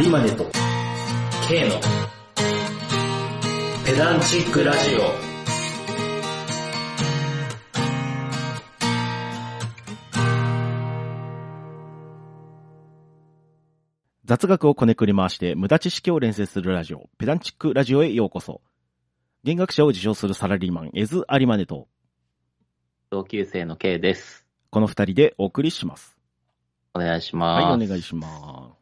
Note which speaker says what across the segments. Speaker 1: 有馬ネと K のペダンチックラジオ
Speaker 2: 雑学をこねくり回して無駄知識を連成するラジオ、ペダンチックラジオへようこそ。弦楽者を自称するサラリーマン、エズ・アリマネと、
Speaker 3: 同級生の K です。
Speaker 2: この二人でお送りします。
Speaker 3: お願いし
Speaker 2: はい、
Speaker 3: ます。
Speaker 2: お願いしま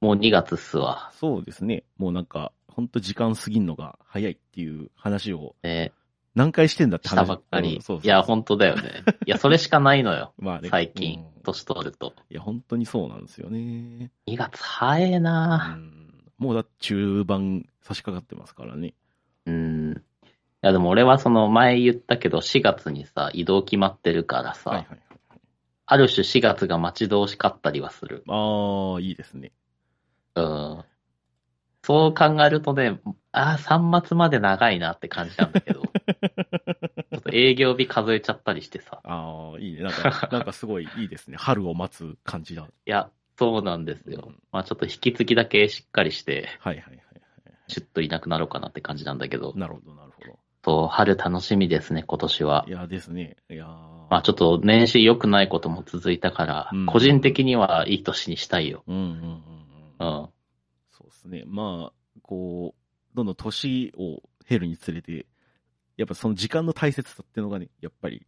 Speaker 3: もう2月っすわ。
Speaker 2: す。そうですね。もうなんか、ほんと時間過ぎんのが早いっていう話を
Speaker 3: ね、
Speaker 2: 何回してんだって
Speaker 3: した
Speaker 2: 話
Speaker 3: ばっかり。
Speaker 2: うんそうそう
Speaker 3: いや、本当だよ ね。いや、それしかないのよ。
Speaker 2: まあね
Speaker 3: 最近
Speaker 2: うん、
Speaker 3: 年取ると。
Speaker 2: いや、本当にそうなんですよね。、
Speaker 3: 2月早いうなん
Speaker 2: もうだって中盤差し掛かってますからね。
Speaker 3: うん。いや、でも俺はその前言ったけど、4月にさ、移動決まってるからさ、
Speaker 2: はいはいはい。
Speaker 3: ある種4月が待ち遠しかったりはする。
Speaker 2: ああ、いいですね。
Speaker 3: うん。そう考えるとね、ああ、3末まで長いなって感じなん だけど。ちょっと営業日数えちゃったりしてさ。
Speaker 2: ああ、いいね。なん か、なんかすごいいいですね。春を待つ感じだ。
Speaker 3: いや、そうなんですよ。
Speaker 2: うん
Speaker 3: まあちょっと引き継ぎだけしっかりして、
Speaker 2: はいはいはい
Speaker 3: シュッといなくなろうかなって感じなんだけど
Speaker 2: はい。、なるほど、なるほど。
Speaker 3: と春楽しみですね、今年は。
Speaker 2: いやですね。いや
Speaker 3: まあちょっと年始良くないことも続いたから、
Speaker 2: うん
Speaker 3: 個人的にはいい年にしたいよ。
Speaker 2: うんうんうん
Speaker 3: う
Speaker 2: うん。
Speaker 3: ん。
Speaker 2: そうですね。まあ、こう、どんどん年を経るにつれて、やっぱその時間の大切さっていうのがね、やっぱり、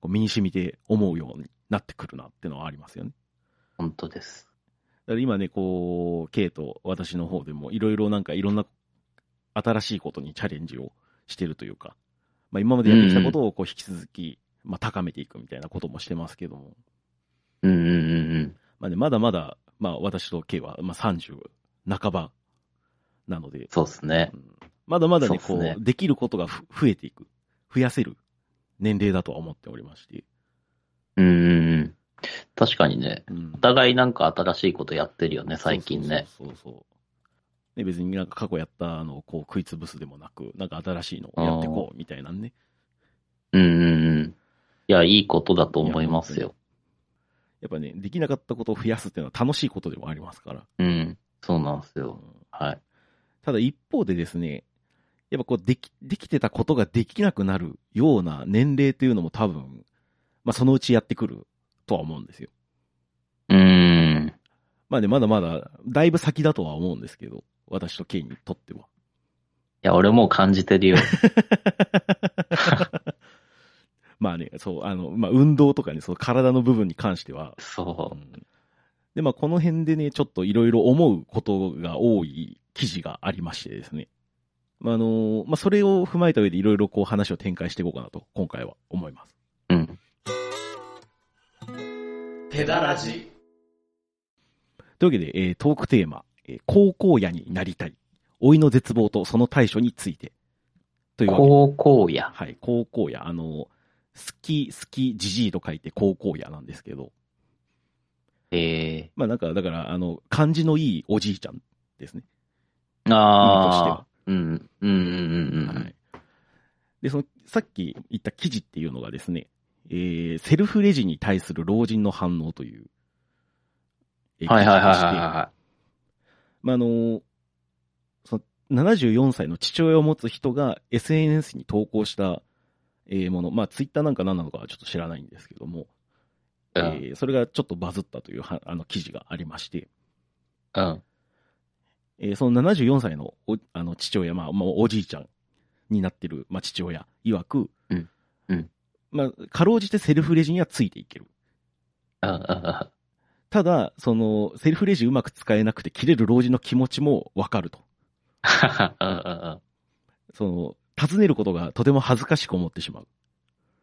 Speaker 2: こう身に染みて思うようになってくるなっていうのはありますよね。
Speaker 3: 本当です。
Speaker 2: だから今ね、こう、K と私の方でも、いろいろなんかいろんな新しいことにチャレンジをしてるというか、まあ今までやってきたことをこう引き続き、まあ高めていくみたいなこともしてますけども、
Speaker 3: うんうんうんうん。
Speaker 2: まあね、まだまだ、まあ私と K は、まあ30半ばなので、
Speaker 3: そうですね
Speaker 2: う。んまだまだね、
Speaker 3: そ
Speaker 2: こ
Speaker 3: うっすね
Speaker 2: う、できることがふ増えていく、増やせる年齢だとは思っておりまして、
Speaker 3: うんうんうん。確かにね、
Speaker 2: うん
Speaker 3: お互いなんか新しいことやってるよね、最近ね。
Speaker 2: そうそうそうそうそうね、別になんか過去やったのをこう食い潰すでもなく、なんか新しいのをやっていこうみたいなね。
Speaker 3: うんうんうん。いや、いいことだと思いますよ。
Speaker 2: やっぱね、できなかったことを増やすっていうのは楽しいことでもありますから。
Speaker 3: うん。そうなんです
Speaker 2: うん
Speaker 3: よ。はい。
Speaker 2: ただ一方でですね、やっぱこうでき、できてたことができなくなるような年齢というのも多分、まあそのうちやってくるとは思うんですよ。
Speaker 3: うん。
Speaker 2: まあね、まだまだ、だいぶ先だとは思うんですけど、私とケイにとっては。
Speaker 3: いや、俺もう感じてるよ。
Speaker 2: まあね、そう、あの、まあ、運動とかね、その体の部分に関しては、
Speaker 3: そうう。
Speaker 2: んで、まあ、この辺でね、ちょっといろいろ思うことが多い記事がありましてですね。まあ、あの、まあ、それを踏まえた上でいろいろこう話を展開していこうかなと、今回は思います。
Speaker 3: うん。
Speaker 1: ペダラジ
Speaker 2: というわけで、えートークテーマ、えー高校野になりたい。老いの絶望とその対処について。というわけで
Speaker 3: 高校や。
Speaker 2: はい、高校野、あの、好き、好き、じじいと書いて高校野なんですけど、
Speaker 3: え
Speaker 2: まあなんか、だから、あの、感じのいいおじいちゃんですね。
Speaker 3: ー、
Speaker 2: 意味として
Speaker 3: あ
Speaker 2: は
Speaker 3: あ、うん、うん、うん、うん。
Speaker 2: はい。で、その、さっき言った記事っていうのがですね、えー、セルフレジに対する老人の反応という、えー
Speaker 3: はいはいはいはい
Speaker 2: 記事でして
Speaker 3: は
Speaker 2: まあ、あの、その、74歳の父親を持つ人が SNS に投稿した、えーもの、まあ、ツイッターなんか何なのかはちょっと知らないんですけども、
Speaker 3: い。うん
Speaker 2: えーそれがちょっとバズったというはあの記事がありまして、
Speaker 3: うん。
Speaker 2: えーその74歳のおあの父親、まあ、まあおじいちゃんになってる、まあ、父親曰く、
Speaker 3: うんうん
Speaker 2: まあ、かろうじてセルフレジにはついていける。
Speaker 3: うんうん
Speaker 2: ただ、その、セルフレジうまく使えなくて切れる老人の気持ちもわかると。
Speaker 3: うんうんうん
Speaker 2: その、尋ねることがとても恥ずかしく思ってしまう。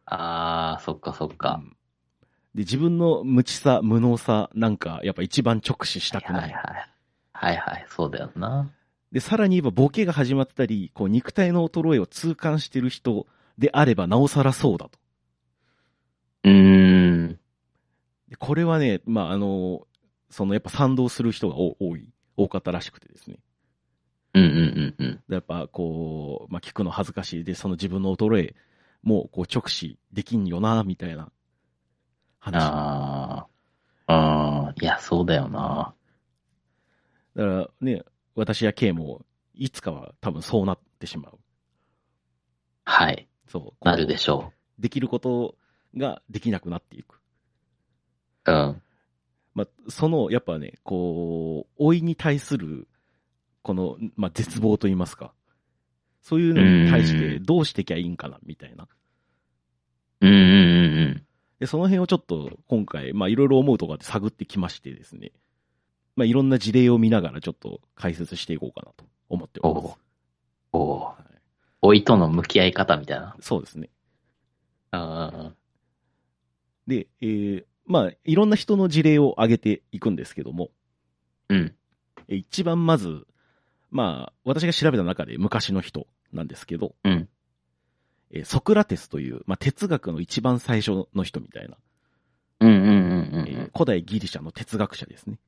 Speaker 3: ああ、そっかそっか
Speaker 2: う。んで、自分の無知さ、無能さなんか、やっぱ一番直視したく
Speaker 3: は
Speaker 2: ない
Speaker 3: はい
Speaker 2: い。
Speaker 3: はい。はいはい、そうだよな。
Speaker 2: で、さらに言えば、ボケが始まったり、こう、肉体の衰えを痛感してる人であれば、なおさらそうだと。
Speaker 3: うーん。
Speaker 2: でこれはね、まあ、あの、その、やっぱ賛同する人が多多い、多かったらしくてですね。
Speaker 3: うんうんうんうん。
Speaker 2: でやっぱ、こう、まあ、聞くの恥ずかしいで、その自分の衰えも、こう、直視できんよな、みたいな話。
Speaker 3: ああ。ああ、いや、そうだよな。
Speaker 2: だからね、私や K も、いつかは多分そうなってしまう。
Speaker 3: はい。
Speaker 2: そう。
Speaker 3: なるでしょ
Speaker 2: できることができなくなっていく。
Speaker 3: う。うん。
Speaker 2: まあ、その、やっぱね、こう、老いに対する、この、まあ、絶望といいますか、そういうのに対し
Speaker 3: う
Speaker 2: て、
Speaker 3: ん
Speaker 2: どうしてきゃいいんかな、みたいな。
Speaker 3: うんうん
Speaker 2: で、その辺をちょっと、今回、まあ、いろいろ思うとこあって探ってきましてですね、まあ、いろんな事例を見ながら、ちょっと解説していこうかなと思っております。
Speaker 3: うんうん。おー
Speaker 2: はい
Speaker 3: 老いとの向き合い方みたいな。
Speaker 2: そうですね。
Speaker 3: うんうんうん。
Speaker 2: で、えーまあ、いろんな人の事例を挙げていくんですけども、
Speaker 3: うん。
Speaker 2: え一番まず、まあ、私が調べた中で昔の人なんですけど、
Speaker 3: うん
Speaker 2: えーソクラテスという、まあ、哲学の一番最初の人みたいな、
Speaker 3: うんうんうんう
Speaker 2: え
Speaker 3: んう
Speaker 2: ー
Speaker 3: ん。
Speaker 2: 古代ギリシャの哲学者ですね。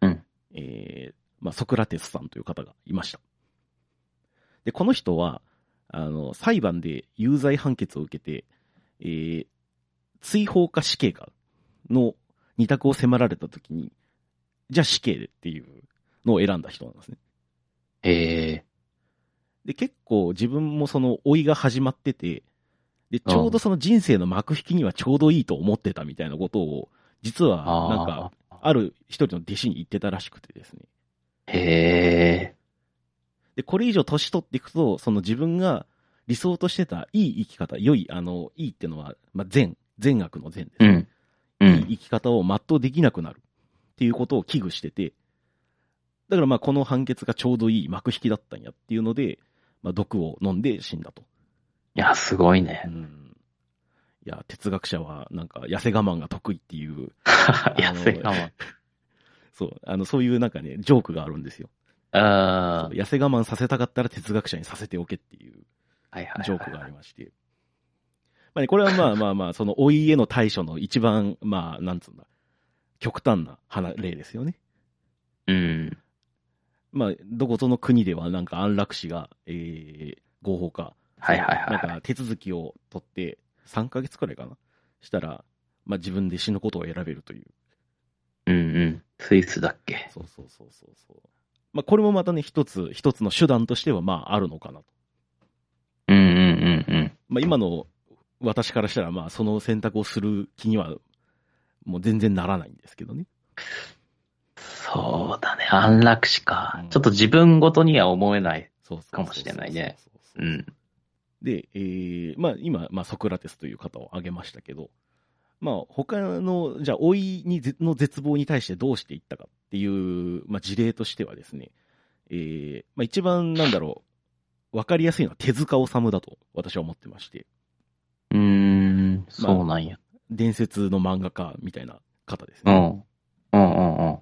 Speaker 3: うん
Speaker 2: えーまあ、ソクラテスさんという方がいました。で、この人は、あの、裁判で有罪判決を受けて、えー追放か死刑かの二択を迫られたときに、じゃあ死刑でっていうのを選んだ人なんですね。
Speaker 3: へえ。
Speaker 2: で、結構自分もその老いが始まってて、で、ちょうどその人生の幕引きにはちょうどいいと思ってたみたいなことを、実は、
Speaker 3: ああ。
Speaker 2: なんか、。ある一人の弟子に言ってたらしくてですね。
Speaker 3: へえ。
Speaker 2: で、これ以上年取っていくと、その自分が理想としてたいい生き方、良い、あの、いいってのは、まあ、善、善悪の善です
Speaker 3: う
Speaker 2: ね。
Speaker 3: ん。う
Speaker 2: い
Speaker 3: ん。
Speaker 2: い生き方を全うできなくなるっていうことを危惧してて、だからまあこの判決がちょうどいい幕引きだったんやっていうので、まあ毒を飲んで死んだと。
Speaker 3: いや、すごいう ね。
Speaker 2: んいや、哲学者は、なんか、痩せ我慢が得意っていう、
Speaker 3: 痩せ我慢。
Speaker 2: そう、あの、そういうなんかね、ジョークがあるんですよ。
Speaker 3: うん。
Speaker 2: 痩せ我慢させたかったら哲学者にさせておけっていう
Speaker 3: はいはいはい。
Speaker 2: ジョークがありまして。まあね、これはまあまあまあ、その、老いへの対処の一番、まあ、なんつうんだ、極端な話例ですよね。
Speaker 3: うん。
Speaker 2: まあ、どことの国では、なんか安楽死が、えー、合法化。
Speaker 3: はいはいはいはい。
Speaker 2: なんか手続きを取って、3ヶ月くらいかなしたら、まあ自分で死ぬことを選べるという。
Speaker 3: うんうん。スイスだっけ。
Speaker 2: そうそうそうそうそう。まあこれもまたね、一つ、一つの手段としてはまああるのかなと。
Speaker 3: うんうんうんうん。
Speaker 2: まあ今の私からしたらまあその選択をする気にはもう全然ならないんですけどね。
Speaker 3: そうだね。安楽死か
Speaker 2: うん。
Speaker 3: ちょっと自分ごとには思えない。
Speaker 2: そうそうそうそう
Speaker 3: かもしれないね。
Speaker 2: そうそう
Speaker 3: う。
Speaker 2: そうんで、えーまあ今、まあソクラテスという方を挙げましたけど、まあ他の、じゃあ老いにぜの絶望に対してどうしていったかっていう、まあ事例としてはですね、えーまあ一番なんだろう、わかりやすいのは手塚治虫だと私は思ってまして、
Speaker 3: うーん。
Speaker 2: まあ
Speaker 3: そうなんや。
Speaker 2: 伝説の漫画家みたいな方です
Speaker 3: う
Speaker 2: ね。
Speaker 3: ん。うんうんうん。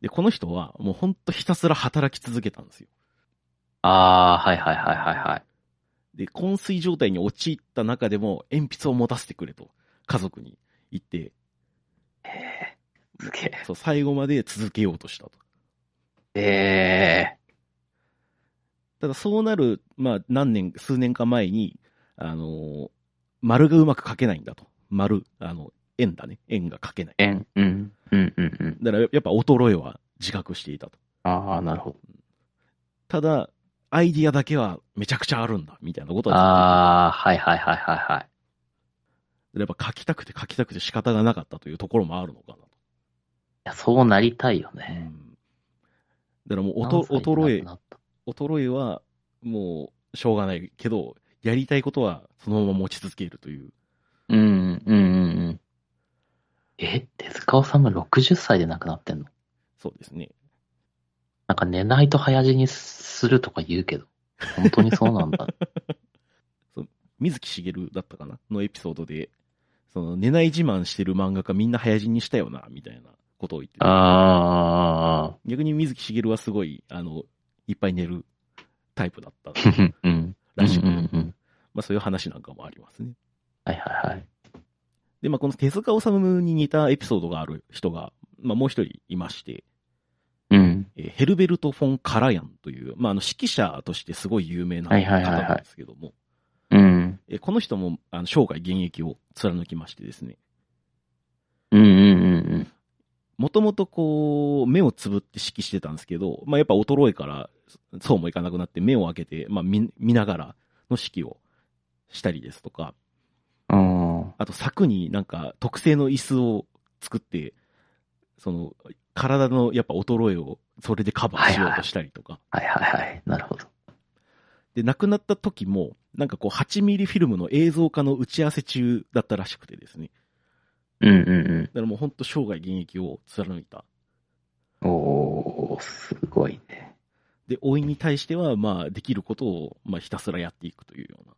Speaker 2: で、この人はもうほんとひたすら働き続けたんですよ。
Speaker 3: ああ、はいはいはいはいはい。
Speaker 2: で、昏睡状態に陥った中でも鉛筆を持たせてくれと家族に言って、
Speaker 3: すげ
Speaker 2: そう最後まで続けようとしたと。
Speaker 3: え。え
Speaker 2: ただそうなる、まあ何年、数年か前に、あのー丸がうまく描けないんだと。丸、あの、円だね。円が描けない。
Speaker 3: え。えん、うん。うんうんうん。
Speaker 2: だからやっぱ衰えは自覚していたと。
Speaker 3: ああ、なるほ
Speaker 2: ただ、アイディアだけはめちゃくちゃあるんだ、みたいなこと
Speaker 3: ど。
Speaker 2: はずっと言って
Speaker 3: ああ、はいはいはいはいはい。
Speaker 2: たやっぱ描きたくて描きたくて仕方がなかったというところもあるのかなと。
Speaker 3: いや、そうなりたいよ
Speaker 2: う
Speaker 3: ね。
Speaker 2: んだからもうおと衰え
Speaker 3: 何歳になった
Speaker 2: 衰えはもうしょうがないけど、やりたいことはそのまま持ち続けるという。
Speaker 3: うん、うん、うん、うん。え、手塚治虫60歳で亡くなってんの
Speaker 2: そうですね。
Speaker 3: なんか寝ないと早死にするとか言うけど、本当にそうなん だ。
Speaker 2: 水木しげるだったかなのエピソードで、その寝ない自慢してる漫画家みんな早死にしたよな、みたいなことを言ってて
Speaker 3: あ
Speaker 2: 逆に水木しげるはすごい、あの、いっぱい寝るタイプだった
Speaker 3: あ、うん。
Speaker 2: らしく、
Speaker 3: うんうんうん。
Speaker 2: まあそういう話なんかもありますね。
Speaker 3: はいはいはい。
Speaker 2: で、まあこの手塚治虫に似たエピソードがある人が、まあもう一人いまして、
Speaker 3: うん。
Speaker 2: えーヘルベルト・フォン・カラヤンという、まああの指揮者としてすごい有名な
Speaker 3: は
Speaker 2: 方
Speaker 3: いはいはいはい
Speaker 2: なんですけども、
Speaker 3: うん。
Speaker 2: えーこの人もあの生涯現役を貫きましてですね、
Speaker 3: うんうんうんうん。
Speaker 2: もともとこう、目をつぶって指揮してたんですけど、まあやっぱ衰えから、そうもいかなくなって目を開けて、まあ見、見ながらの指揮をしたりですとか、
Speaker 3: うん。
Speaker 2: あと柵になんか特製の椅子を作って、その、体のやっぱ衰えをそれでカバーしようとしたりとか。
Speaker 3: はいはいはい。なるほど。
Speaker 2: で、亡くなった時も、なんかこう8ミリフィルムの映像化の打ち合わせ中だったらしくてですね。
Speaker 3: うんうん
Speaker 2: だからもう本当生涯現役を貫いた。
Speaker 3: うん。おー、すごいね。
Speaker 2: で、老いに対しては、まあ、できることを、まあ、ひたすらやっていくというような。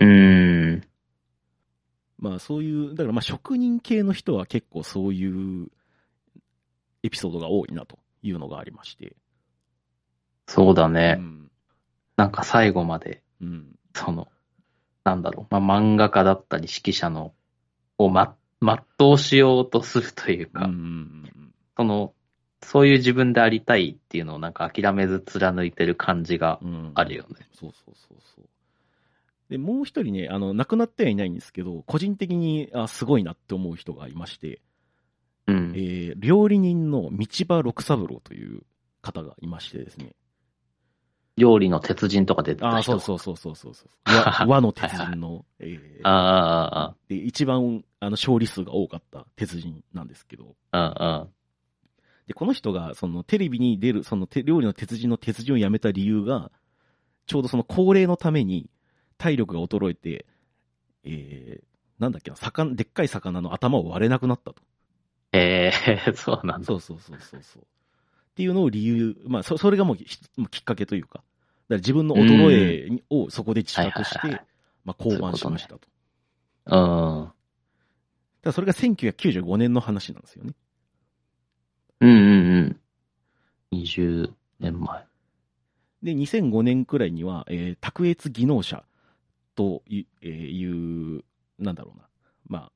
Speaker 3: うーん。
Speaker 2: まあ、そういう、だからまあ、職人系の人は結構そういうエピソードが多いなというのがありまして。
Speaker 3: そうだ
Speaker 2: う
Speaker 3: ね。
Speaker 2: ん。
Speaker 3: なんか最後まで、
Speaker 2: うん。
Speaker 3: その、なんだろう、まあ、漫画家だったり指揮者の、をま、全うしようとするという
Speaker 2: う
Speaker 3: か、
Speaker 2: ん。
Speaker 3: その、そういう自分でありたいっていうのをなんか諦めず貫いてる感じが
Speaker 2: うん。
Speaker 3: あるよね。
Speaker 2: そうそうそうそう。で、もう一人ね、あの、亡くなってはいないんですけど、個人的に、あ、すごいなって思う人がいまして、
Speaker 3: うん。
Speaker 2: えー料理人の道場六三郎という方がいましてですね。
Speaker 3: 料理の鉄人とか出て
Speaker 2: あ
Speaker 3: た
Speaker 2: あ、そ
Speaker 3: 人。
Speaker 2: うそうそうそうそう そう。 和和の鉄人の、えー
Speaker 3: あ
Speaker 2: で、一番、あの、勝利数が多かった鉄人なんですけど、
Speaker 3: あ、ああ、ああ、
Speaker 2: で、この人が、その、テレビに出る、その、手料理の鉄人の鉄人を辞めた理由が、ちょうどその、高齢のために、体力が衰えて、えー、なんだっけな、魚、でっかい魚の頭を割れなくなったと。
Speaker 3: ええ そうなんだ。
Speaker 2: そうそうそうそうそう。っていうのを理由、まあ、そそれがもうひもうきっかけというか、だから自分の衰えにをそこで自覚し
Speaker 3: はいはいはい
Speaker 2: て、まあ、降板しましたと。
Speaker 3: うん。
Speaker 2: ただそれが1995年の話なんですよね。
Speaker 3: うんうんうん。20年前。
Speaker 2: で、2005年くらいには、えー卓越技能者とい,、えーいう、なんだろうな、まあ、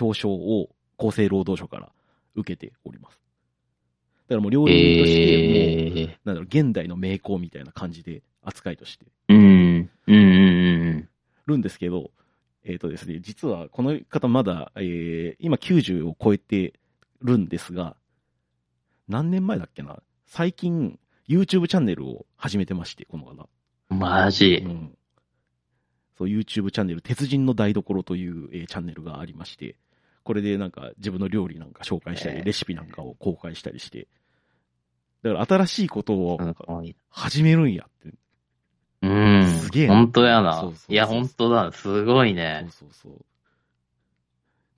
Speaker 2: 表彰を厚生労働省から受けております。だからもう料理人として、もう、
Speaker 3: ええ
Speaker 2: なんだろう、現代の名工みたいな感じで扱いとして
Speaker 3: うん。うんうん
Speaker 2: るんですけど、えっ、とですね、実はこの方まだ、えー今90を超えてるんですが、何年前だっけな最近、YouTube チャンネルを始めてまして、この方。
Speaker 3: うん。マジ
Speaker 2: う。ん、そう YouTube チャンネル「鉄人の台所」という、えーチャンネルがありましてこれでなんか自分の料理なんか紹介した
Speaker 3: え
Speaker 2: り
Speaker 3: ー
Speaker 2: レシピなんかを公開したりしてだから新しいことを
Speaker 3: すごい
Speaker 2: 始めるんやって、
Speaker 3: うん。
Speaker 2: すげえな
Speaker 3: 本当やな。
Speaker 2: そうそうそう
Speaker 3: いや、本当だ。すごいね。
Speaker 2: そうそうそう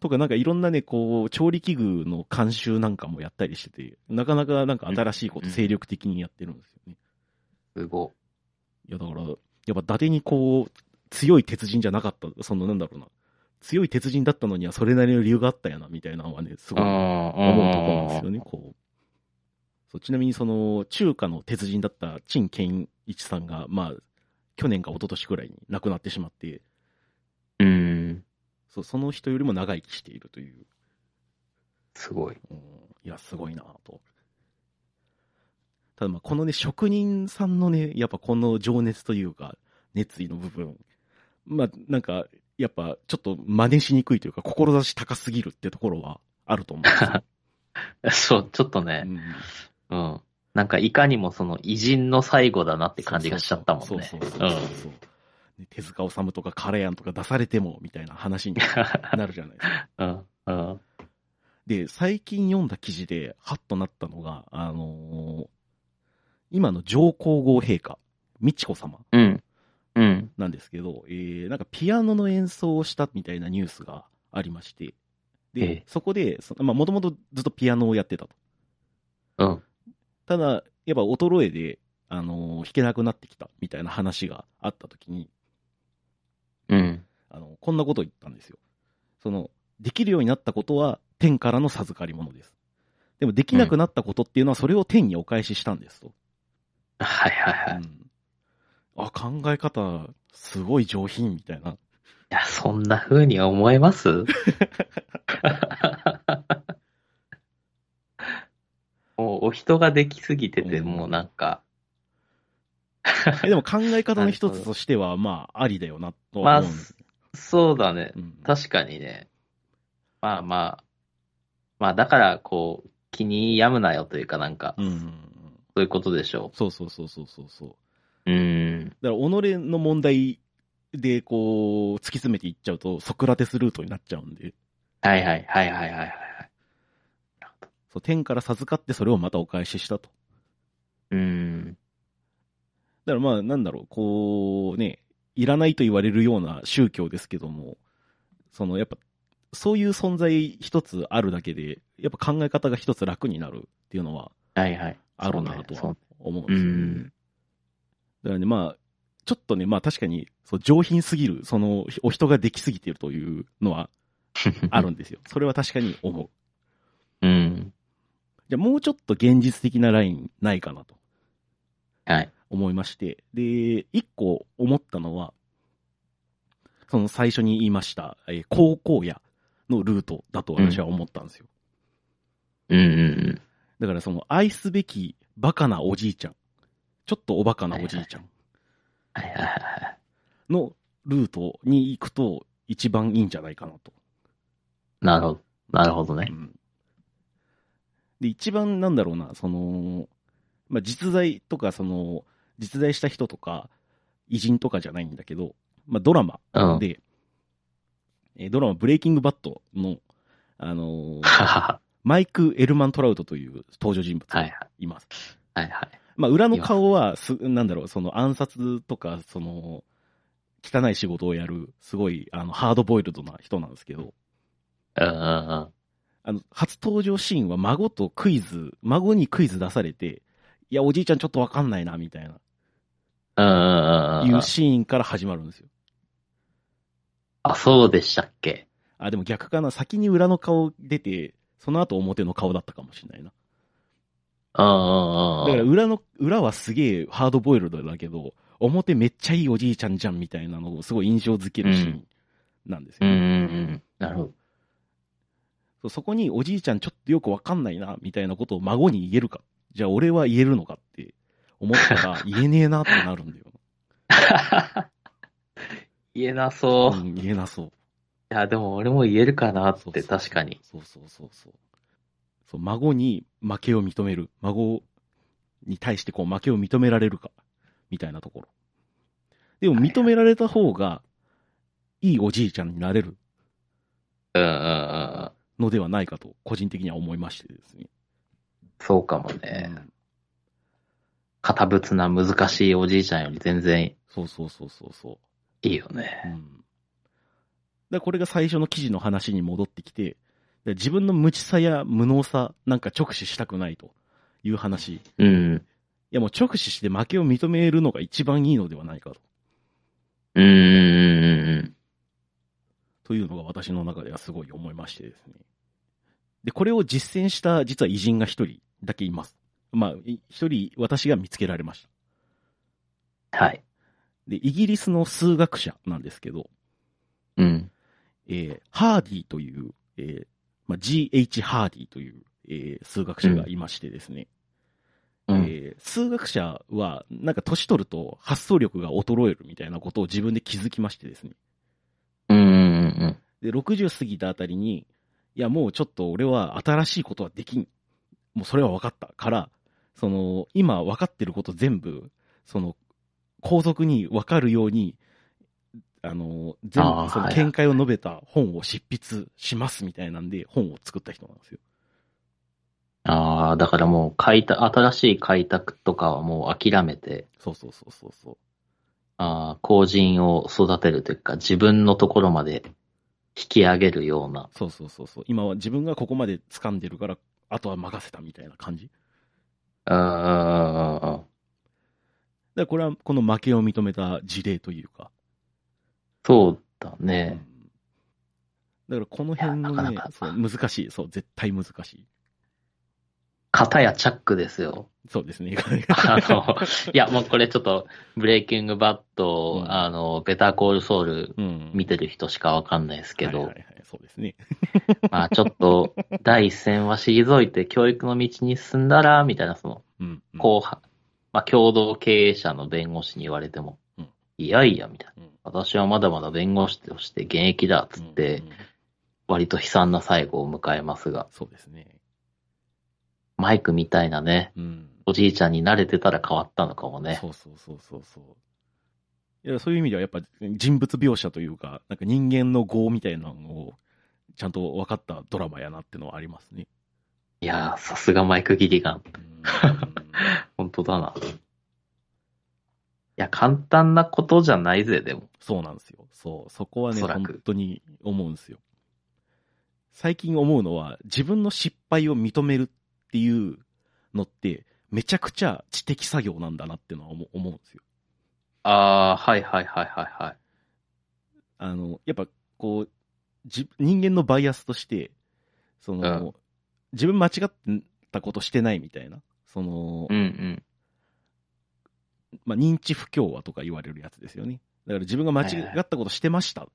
Speaker 2: とかなんかいろんなねこう調理器具の監修なんかもやったりしててなかなかなんか新しいこと
Speaker 3: うん
Speaker 2: 精力的にやってるんですよね
Speaker 3: すご
Speaker 2: いや、だから、やっぱ伊達にこう、強い鉄人じゃなかった、そのなんだろうな。強い鉄人だったのにはそれなりの理由があったやな、みたいなのはね、す
Speaker 3: い。
Speaker 2: ごい思うところなんです
Speaker 3: うん
Speaker 2: よね、こう。そうちなみにその、中華の鉄人だった陳健一さんが、まあ、去年か一昨年くらいに亡くなってしまって、
Speaker 3: うん。
Speaker 2: そうその人よりも長生きしているという。
Speaker 3: すごい。
Speaker 2: うん、いや、すごいなと。ただまあ、このね、職人さんのね、やっぱこの情熱というか、熱意の部分。まあ、なんか、やっぱ、ちょっと真似しにくいというか、志高すぎるってところはあると思うんです よ。
Speaker 3: そう、ちょっとね
Speaker 2: う。ん
Speaker 3: うん。なんかいかにもその偉人の最後だなって感じがしちゃったもんね。
Speaker 2: そうそうそうそうそうそうね手塚治虫とかカレーンとか出されても、みたいな話になるじゃないです か。
Speaker 3: うん。うん。うん。
Speaker 2: で、最近読んだ記事で、ハッとなったのが、あのー今の上皇后陛下、美智子様。
Speaker 3: うん。うん。
Speaker 2: なんですけど、えーなんかピアノの演奏をしたみたいなニュースがありまして、で、
Speaker 3: ええ
Speaker 2: そこで、そまあ、もともとずっとピアノをやってたと。
Speaker 3: うん。
Speaker 2: ただ、やっぱ衰えで、あのー弾けなくなってきたみたいな話があったときに、
Speaker 3: うん。
Speaker 2: あのこんなことを言ったんですよ。その、できるようになったことは天からの授かり物です。でもできなくなったことっていうのはそれを天にお返ししたんですと。
Speaker 3: はいはいは
Speaker 2: う
Speaker 3: い。い
Speaker 2: んあ、考え方、すごい上品みたいな。
Speaker 3: や、そんな風に思えます もうお人ができすぎてて、
Speaker 2: うん
Speaker 3: もうなんか、
Speaker 2: えでも考え方の一つとしては、まあ、ありだよな、と
Speaker 3: ま
Speaker 2: は
Speaker 3: あ
Speaker 2: 思うんです。、
Speaker 3: そうだね。
Speaker 2: うん
Speaker 3: 確かにね。まあまあ、まあだから、こう、気に病むなよというかなんか、
Speaker 2: うんうんうん。
Speaker 3: そういうことでしょ
Speaker 2: そうそうそうそうそうそう。
Speaker 3: う。うん。
Speaker 2: だから、己の問題で、こう、突き詰めていっちゃうと、ソクラテスルートになっちゃうんで、
Speaker 3: はいはいはいはいはいはいはい。
Speaker 2: そう天から授かってそれをまたお返ししたと。
Speaker 3: うん。
Speaker 2: だからまあ、なんだろう、こうね、いらないと言われるような宗教ですけども、そのやっぱ、そういう存在一つあるだけで、やっぱ考え方が一つ楽になるっていうのは
Speaker 3: はいはい。
Speaker 2: あるなと
Speaker 3: そう
Speaker 2: は
Speaker 3: ね
Speaker 2: 思うんですよね。
Speaker 3: うん
Speaker 2: だからね、まあ、ちょっとね、まあ確かに、そう上品すぎる、その、お人ができすぎてるというのは
Speaker 3: そうね
Speaker 2: あるんですよ。それは確かに思う。
Speaker 3: うん。
Speaker 2: じゃあもうちょっと現実的なラインないかなと。
Speaker 3: はい。
Speaker 2: 思いまして、で、一個思ったのは、その最初に言いました、えー高校野のルートだと私は思ったんですよ。
Speaker 3: うんうん
Speaker 2: だからその愛すべきバカなおじいちゃん、ちょっとおバカなおじいちゃん
Speaker 3: うん。はいはいはいはい。
Speaker 2: のルートに行くと一番いいんじゃないかなと。
Speaker 3: なるほど。なるほど
Speaker 2: う
Speaker 3: ね。
Speaker 2: んで、一番なんだろうな、その、まあ、実在とか、その、実在した人とか、偉人とかじゃないんだけど、まあ、ドラマ
Speaker 3: うん。
Speaker 2: で、えードラマ、ブレイキングバットの、あ のー
Speaker 3: ははは
Speaker 2: マイク・エルマン・トラウトという登場人物
Speaker 3: は
Speaker 2: が
Speaker 3: い
Speaker 2: います。
Speaker 3: はいはい。
Speaker 2: まあ、裏の顔はす、なんだろう、その暗殺とか、その、汚い仕事をやる、すごい、あの、ハードボイルドな人なんですけど、
Speaker 3: うんうんうん。
Speaker 2: あの、初登場シーンは孫とクイズ、孫にクイズ出されて、いや、おじいちゃんちょっとわかんないな、みたいな、
Speaker 3: うんうんうん
Speaker 2: い
Speaker 3: うん
Speaker 2: う。シーンから始まるんですよ。
Speaker 3: あ、そうでしたっけ
Speaker 2: あ、でも逆かな、先に裏の顔出て、その後表の顔だったかもしれないな。
Speaker 3: うんうんうん。
Speaker 2: だから
Speaker 3: うん
Speaker 2: 裏の、裏はすげえハードボイルドだけど、表めっちゃいいおじいちゃんじゃんみたいなのをすごい印象づけるシーンなんです
Speaker 3: う
Speaker 2: よ、
Speaker 3: んうん。なるほど。
Speaker 2: そうそこにおじいちゃんちょっとよくわかんないなみたいなことを孫に言えるか。じゃあ俺は言えるのかって思った ら言えねえなってなるんだよ。
Speaker 3: 言えなそうう。い
Speaker 2: ん、言えなそう。
Speaker 3: や、でも俺も言えるかなっ
Speaker 2: そう
Speaker 3: て、
Speaker 2: そう
Speaker 3: 確かに。。
Speaker 2: そうそうそうそう。そう、孫に負けを認める。孫に対してこう負けを認められるか。みたいなところ。でも認められた方が、いいおじいちゃんになれる
Speaker 3: うんうんうんうん。
Speaker 2: のではないかと、個人的には思いましてですね。
Speaker 3: そうかも
Speaker 2: う
Speaker 3: ね。
Speaker 2: ん
Speaker 3: 堅物な難しいおじいちゃんより全然
Speaker 2: そうそうそうそうそう。
Speaker 3: いいよ
Speaker 2: う
Speaker 3: ね。
Speaker 2: ん。だからこれが最初の記事の話に戻ってきて、だから自分の無知さや無能さなんか直視したくないという話。
Speaker 3: うん。
Speaker 2: いやもう直視して負けを認めるのが一番いいのではないかと。
Speaker 3: うんうん
Speaker 2: というのが私の中ではすごい思いましてですね。で、これを実践した実は偉人が一人だけいます。まあ、い一人私が見つけられました。
Speaker 3: はい。
Speaker 2: で、イギリスの数学者なんですけど、
Speaker 3: うん。
Speaker 2: えーハーディという、えーまあ、GH ハーディという、えー数学者がいましてですね、
Speaker 3: うん。
Speaker 2: えー数学者はなんか年取ると発想力が衰えるみたいなことを自分で気づきましてですね。
Speaker 3: うんうん
Speaker 2: で、60過ぎたあたりに、いや、もうちょっと俺は新しいことはできん。もうそれは分かったから、その、今分かってること全部、その、皇族に分かるように、あの、全部、
Speaker 3: あー
Speaker 2: その
Speaker 3: はい
Speaker 2: 見解を述べた本を執筆しますみたいなんで、本を作った人なんですよ。
Speaker 3: ああ、だからもう開拓、新しい開拓とかはもう諦めて、
Speaker 2: そうそうそうそうそう。
Speaker 3: ああ、後人を育てるというか、自分のところまで引き上げるような。
Speaker 2: そうそうそうそう。今は自分がここまで掴んでるから、あとは任せたみたいな感じ。だか
Speaker 3: うんうんうんうんうん。
Speaker 2: らこれは、この負けを認めた事例というか、
Speaker 3: そうだ
Speaker 2: うん
Speaker 3: ね。
Speaker 2: だからこの辺のね、
Speaker 3: いやなかなか
Speaker 2: そう難しい、そう、絶対難しい。
Speaker 3: 片やチャックですよ。
Speaker 2: そうですね。
Speaker 3: あの、いや、もうこれちょっと、ブレイキングバット、
Speaker 2: うん
Speaker 3: あの、ベターコールソウル
Speaker 2: うん。
Speaker 3: 見てる人しかわかんないですけど、
Speaker 2: はいはいはい、そうですね。
Speaker 3: まあちょっと、第一線は退いて教育の道に進んだら、みたいな、その、
Speaker 2: うん。うん
Speaker 3: 後半、まあ共同経営者の弁護士に言われても、
Speaker 2: うん
Speaker 3: いやいや、みたいな。
Speaker 2: うん
Speaker 3: 私はまだまだ弁護士として現役だ、つって、
Speaker 2: うん
Speaker 3: 割と悲惨な最後を迎えますが、
Speaker 2: そうですね。
Speaker 3: マイクみたいなね、
Speaker 2: うん。
Speaker 3: おじいちゃんに慣れてたら変わったのかもね。
Speaker 2: そうそうそうそうそう。いやそういう意味ではやっぱ人物描写というか、なんか人間の業みたいなのをちゃんと分かったドラマやなってのはありますね。
Speaker 3: いやー、さすがマイク・ギリガン。
Speaker 2: うん
Speaker 3: 本当だな。いや、簡単なことじゃないぜ、でも。
Speaker 2: そうなんですよ。そう。そこはね、
Speaker 3: おそらく
Speaker 2: 本当に思うんですよ。最近思うのは、自分の失敗を認めるっていうのって、めちゃくちゃ知的作業なんだなってのは思う思うんですよ。
Speaker 3: あー、はいはいはいはいはい。
Speaker 2: あの、やっぱこう、じ人間のバイアスとして、その、
Speaker 3: う
Speaker 2: 自分間違ったことしてないみたいな、その、
Speaker 3: うんうん。
Speaker 2: まあ、認知不協和とか言われるやつですよね。だから自分が間違ったことしてましたっ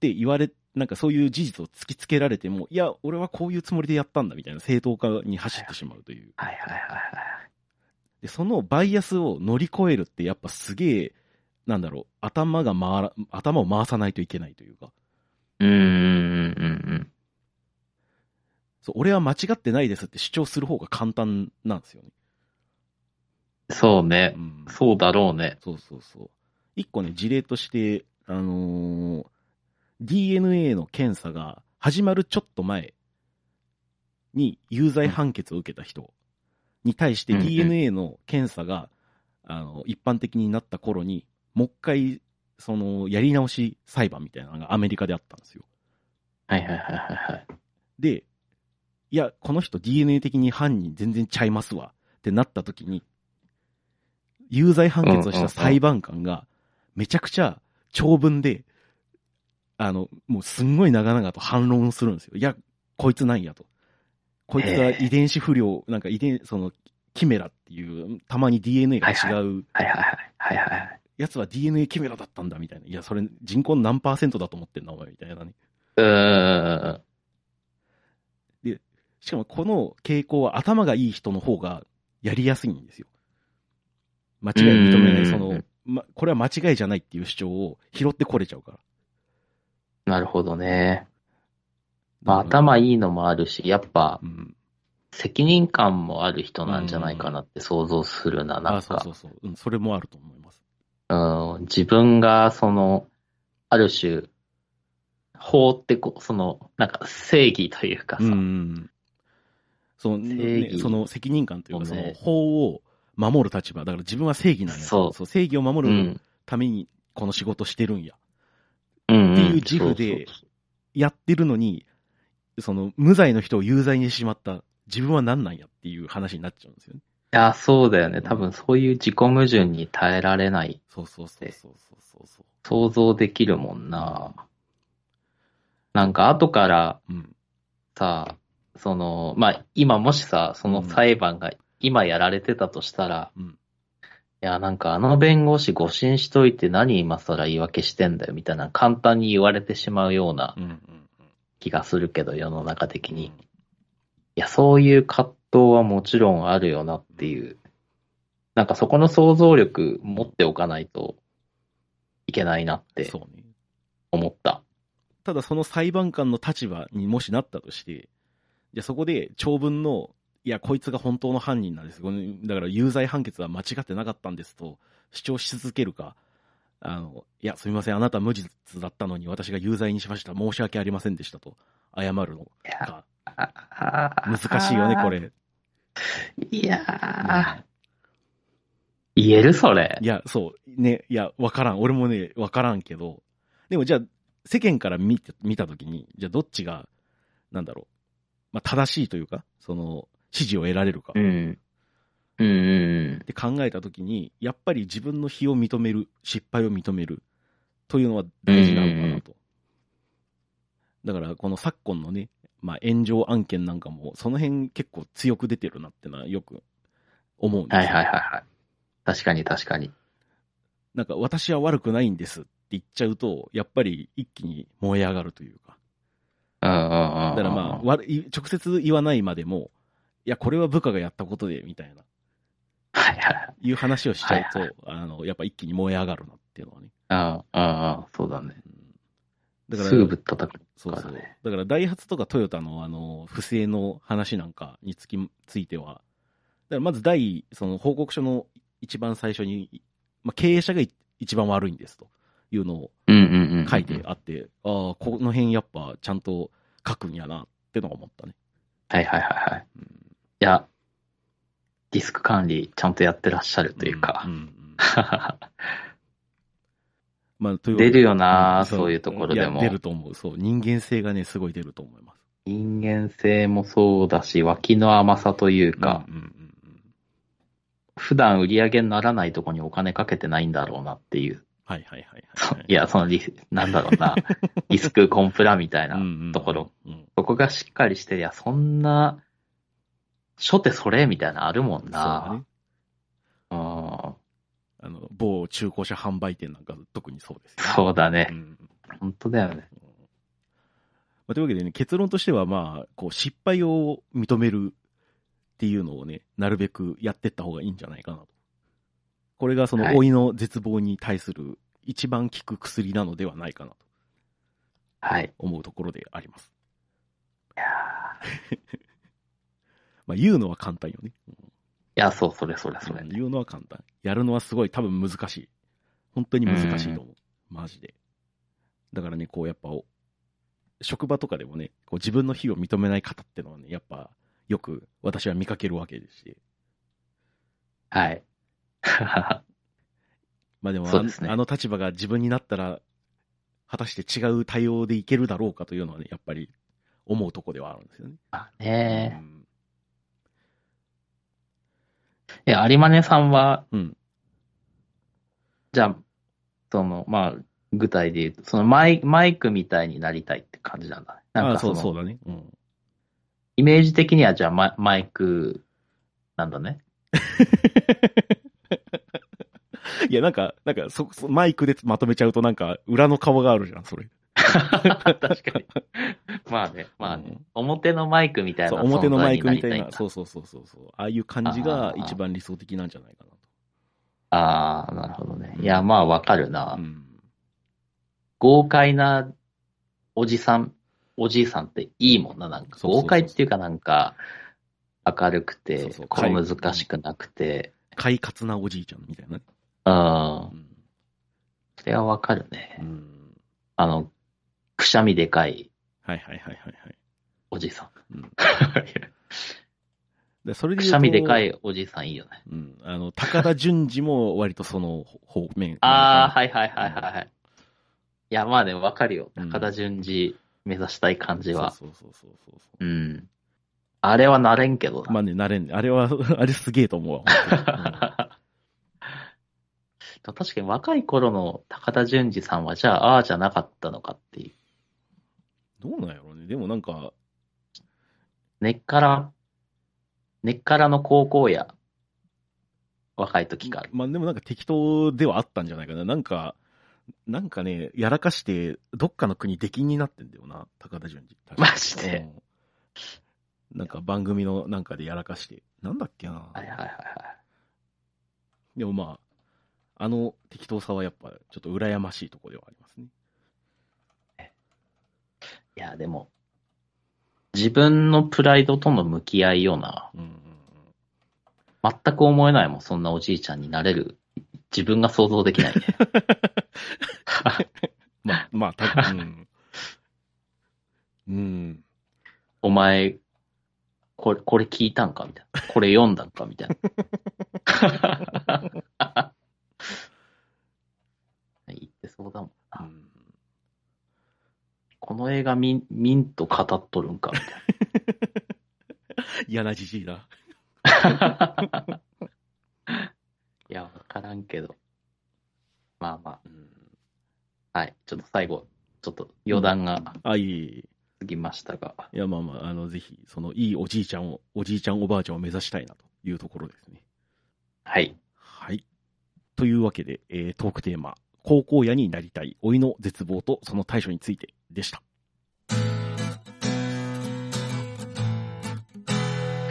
Speaker 2: て言われ、なんかそういう事実を突きつけられても、いや、俺はこういうつもりでやったんだみたいな正当化に走ってしまうという。
Speaker 3: はいはいはいはい。
Speaker 2: で、そのバイアスを乗り越えるってやっぱすげえ、なんだろう、頭が回ら、頭を回さないといけないというか、
Speaker 3: うんうんうんうんうん。
Speaker 2: そう、俺は間違ってないですって主張する方が簡単なんですよね。
Speaker 3: そうね
Speaker 2: う。ん。
Speaker 3: そうだろうね。
Speaker 2: そうそうそう。一個ね、事例として、あのー DNA の検査が始まるちょっと前に有罪判決を受けた人に対して
Speaker 3: うんうん
Speaker 2: DNA の検査が、あの、一般的になった頃に、もう一回、その、やり直し裁判みたいなのがアメリカであったんですよ。
Speaker 3: はいはいはいはいはい。
Speaker 2: で、いや、この人 DNA 的に犯人全然ちゃいますわってなった時に、有罪判決をした裁判官が、めちゃくちゃ長文で、あの、もうすんごい長々と反論をするんですよ。いや、こいつなんやと。こいつは遺伝子不良、なんか遺伝、その、キメラっていう、たまに DNA が違う、
Speaker 3: はいはいはいはいはいはい。
Speaker 2: やつは DNA キメラだったんだみたいな。いや、それ人口の何パーセントだと思ってんだお前みたいなね。
Speaker 3: うーん。
Speaker 2: しかもこの傾向は頭がいい人の方がやりやすいんですよ。間違いを認めない、
Speaker 3: うん
Speaker 2: その、ま、これは間違いじゃないっていう主張を拾ってこれちゃうから。
Speaker 3: なるほどね。ま
Speaker 2: だ
Speaker 3: あ、
Speaker 2: から
Speaker 3: 頭いいのもあるし、やっぱ
Speaker 2: うん。
Speaker 3: 責任感もある人なんじゃないかなって想像するな、な
Speaker 2: あ、
Speaker 3: ん
Speaker 2: そう
Speaker 3: か
Speaker 2: そ。うそう。うん、それもあると思います。
Speaker 3: うん、自分が、その、ある種、法ってこう、その、なんか正義というかさ、
Speaker 2: うん。その、
Speaker 3: 正義
Speaker 2: ね、その責任感というか、そ
Speaker 3: そう
Speaker 2: の
Speaker 3: ね
Speaker 2: 法を守る立場。だから自分は正義なんや。
Speaker 3: そう
Speaker 2: 正義を守る
Speaker 3: うん、
Speaker 2: ためにこの仕事してるんや。
Speaker 3: うん、
Speaker 2: っていう自負で
Speaker 3: そうそうそう
Speaker 2: やってるのに、その、無罪の人を有罪にしてしまった。自分は何なんやっていう話になっちゃうんですよね。
Speaker 3: いや、そうだよね。多分そういう自己矛盾に耐えられない、
Speaker 2: そうそうそうそうそうそうそ
Speaker 3: 想像できるもんな。なんか後から
Speaker 2: う。うん。
Speaker 3: さ、その、まあ、今もしさ、その裁判が今やられてたとしたら、
Speaker 2: うん
Speaker 3: いや、なんかあの弁護士誤審しといて何今更言い訳してんだよみたいな簡単に言われてしまうような
Speaker 2: うんうんうん。
Speaker 3: 気がするけど、世の中的に。いや、そういう葛藤はもちろんあるよなっていう。なんかそこの想像力持っておかないといけないなって
Speaker 2: そうね。
Speaker 3: 思った。
Speaker 2: ただその裁判官の立場にもしなったとして、じゃあそこで長文の、いや、こいつが本当の犯人なんです。これだから有罪判決は間違ってなかったんですと主張し続けるか、あの、いや、すみません、あなた無実だったのに私が有罪にしました。申し訳ありませんでしたと謝るの
Speaker 3: いや
Speaker 2: か。難
Speaker 3: 難
Speaker 2: しいよね、こ。れ。
Speaker 3: いやー。言えるそれ
Speaker 2: い。や、そう。ね、いや、わからん。俺もね、わからんけど。でもじゃあ、世間から見て、見たときに、じゃあどっちが、なんだろう。まあ、正しいというか、その、支持を得られるか。
Speaker 3: う
Speaker 2: っ
Speaker 3: ん。うんうん
Speaker 2: て考えたときに、やっぱり自分の非を認める、失敗を認める、というのは大事なのかなと。だから、この昨今のね、まあ、炎上案件なんかも、その辺結構強く出てるなってのはよく思うん
Speaker 3: うん。
Speaker 2: ですよ
Speaker 3: はいはいはいはい。確かに確かに。
Speaker 2: なんか私は悪くないんですって言っちゃうと、やっぱり一気に燃え上がるというか。
Speaker 3: うんうんうんうん。
Speaker 2: だからまあ、悪い直接言わないまでも、いや、これは部下がやったことで、みたいな、
Speaker 3: はいはい
Speaker 2: いう話をしちゃうと、
Speaker 3: は
Speaker 2: あの、やっぱ一気に燃え上がるなっていうのはね。
Speaker 3: うんうんうん。そうだね。
Speaker 2: うんだから、
Speaker 3: すぐぶったたく。
Speaker 2: そうそう
Speaker 3: からね
Speaker 2: だから、ダイハツとかトヨタの、あの、不正の話なんかにつき、ついては、だからまず第、その報告書の一番最初に、まあ、経営者がい一番悪いんですというのを
Speaker 3: うんうんうんうん。
Speaker 2: 書いてあって、ああ、この辺やっぱちゃんと書くんやなってのが思ったね。
Speaker 3: はいはいはいはい。
Speaker 2: うん
Speaker 3: いや、ディスク管理ちゃんとやってらっしゃるというか
Speaker 2: ん。んまあ、という
Speaker 3: 出るよな、
Speaker 2: ん
Speaker 3: そういうところでも
Speaker 2: いや出。ると思う。そう。人間性がね、すごい出ると思います。
Speaker 3: 人間性もそうだし、脇の甘さというか、
Speaker 2: うんうんうんうん
Speaker 3: 普段売り上げにならないとこにお金かけてないんだろうなっていう。
Speaker 2: はいはいはい
Speaker 3: そ
Speaker 2: はい。
Speaker 3: いや、そのリ、なんだろう な、リスクコンプラみたいな。
Speaker 2: な
Speaker 3: ところ。
Speaker 2: うん
Speaker 3: そこがしっかりして、いや、そんな、初手それみたいなのあるもん
Speaker 2: そうだ
Speaker 3: な
Speaker 2: ね。
Speaker 3: う
Speaker 2: あ
Speaker 3: ん
Speaker 2: の、某中古車販売店なんか特にそうですよ。
Speaker 3: そうだね
Speaker 2: う。ん
Speaker 3: 本当だよね。
Speaker 2: まあ、というわけでね、結論としては、まあ、こう、失敗を認めるっていうのをね、なるべくやってった方がいいんじゃないかなと。これがそ
Speaker 3: は
Speaker 2: の
Speaker 3: い
Speaker 2: 老いの絶望に対する一番効く薬なのではないかなと
Speaker 3: はい。
Speaker 2: 思うところであります。
Speaker 3: いや
Speaker 2: まあ、言うのは簡単よね。
Speaker 3: ーいや、そう、それそれそれ。
Speaker 2: 言うのは簡単。やるのはすごい多分難しい。本当に難しいと思う。マジで。だからね、こうやっぱ、お職場とかでもね、こう自分の非を認めない方ってのはね、やっぱ、よく私は見かけるわけですし。
Speaker 3: はい。
Speaker 2: まあでも
Speaker 3: そ
Speaker 2: あ
Speaker 3: う
Speaker 2: の、
Speaker 3: ですね
Speaker 2: あの立場が自分になったら、果たして違う対応でいけるだろうかというのはね、やっぱり思うとこではあるんですよね。
Speaker 3: あね
Speaker 2: うん
Speaker 3: え。いや、有馬根さんは、
Speaker 2: うん
Speaker 3: じゃあ、その、まあ、具体で言うと、そのマイマイクみたいになりたいって感じなんだね。なん
Speaker 2: あ
Speaker 3: か
Speaker 2: そ
Speaker 3: そうの
Speaker 2: そうだね。うん。
Speaker 3: イメージ的にはじゃあマイマイクなん だね。
Speaker 2: いや、なんか、なんかそ、そマイクでまとめちゃうとなんか、裏の顔があるじゃん、それ。
Speaker 3: 確かに。 まあね、まあね。
Speaker 2: うん
Speaker 3: 表のマイクみたいな
Speaker 2: そう、
Speaker 3: 存在
Speaker 2: 表
Speaker 3: に
Speaker 2: のマイクみ
Speaker 3: り
Speaker 2: たい
Speaker 3: ん
Speaker 2: な、
Speaker 3: だ
Speaker 2: そうそうそうそうそう、ああいう感じが一番理想的なんじゃないかな
Speaker 3: ああ、なるほどね。いや、まあわかるな、
Speaker 2: と。うん。
Speaker 3: 豪快なおじさん、おじいさんっていいもんな、なんか。
Speaker 2: そうそうそう
Speaker 3: 豪快っていうかなんか、明るくて、
Speaker 2: そうそう
Speaker 3: 小難しくなくて、
Speaker 2: 快活なおじいちゃんみたいなね。
Speaker 3: うん。
Speaker 2: うん。
Speaker 3: それはわかるね、
Speaker 2: うん
Speaker 3: あの、くしゃみでかい
Speaker 2: はいはいはいはいはい。
Speaker 3: おじさん。
Speaker 2: うんでそれで
Speaker 3: く
Speaker 2: 言う
Speaker 3: し
Speaker 2: と
Speaker 3: ゃみでか。いおじさんいいよね。
Speaker 2: うん。あの、高田純次も割とその方面。
Speaker 3: ああ、
Speaker 2: い。
Speaker 3: はいはいはいはいはい。いや、まあね、わかるよ。
Speaker 2: うん
Speaker 3: 高田純次目指したい感じは。
Speaker 2: そうそうそうそうそうう。
Speaker 3: ん。あれはなれんけどな。
Speaker 2: まあね、慣れんね。あれは、 あれすげえと思うわ。本当にうん
Speaker 3: 確かに若い頃の高田純次さんは、じゃあ、ああじゃなかったのかっていう。
Speaker 2: どうなんやろうね。でもなんか、
Speaker 3: 根っから、根っからの高校や、若い時から。
Speaker 2: まあでもなんか適当ではあったんじゃないかな。なんか、なんかね、やらかして、どっかの国出禁になってんだよな、高田純次。確か
Speaker 3: マジで
Speaker 2: うんなんか番組のなんかでやらかして。なんだっけな。
Speaker 3: はいはいはいはい。
Speaker 2: でもまあ、あの適当さはやっぱちょっと羨ましいところではありますね。
Speaker 3: いや、でも、自分のプライドとの向き合いような、
Speaker 2: うんうんうん。
Speaker 3: 全く思えないもん、そんなおじいちゃんになれる。自分が想像できないね。
Speaker 2: まあ、 まあ、たぶん。うん。
Speaker 3: お前、これ、これ聞いたんかみたいな。これ読んだんかみたいな。言ってそうだもん
Speaker 2: う
Speaker 3: な。
Speaker 2: ん
Speaker 3: この映画みん、みんと語っとるんかみたいな。
Speaker 2: 嫌なじじいだ。
Speaker 3: いや、わからんけど。まあま
Speaker 2: うん
Speaker 3: あ。はい。ちょっと最後、ちょっと余談が
Speaker 2: あ、いえいえ。
Speaker 3: 過ぎましたが。
Speaker 2: いや、まあまあ、あの、ぜひ、その、いいおじいちゃんを、おじいちゃんおばあちゃんを目指したいなというところですね。
Speaker 3: はい。
Speaker 2: はい。というわけで、えートークテーマ、高校野になりたい、老いの絶望とその対処についてでした。
Speaker 1: ペ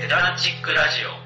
Speaker 1: ダラチックラジオ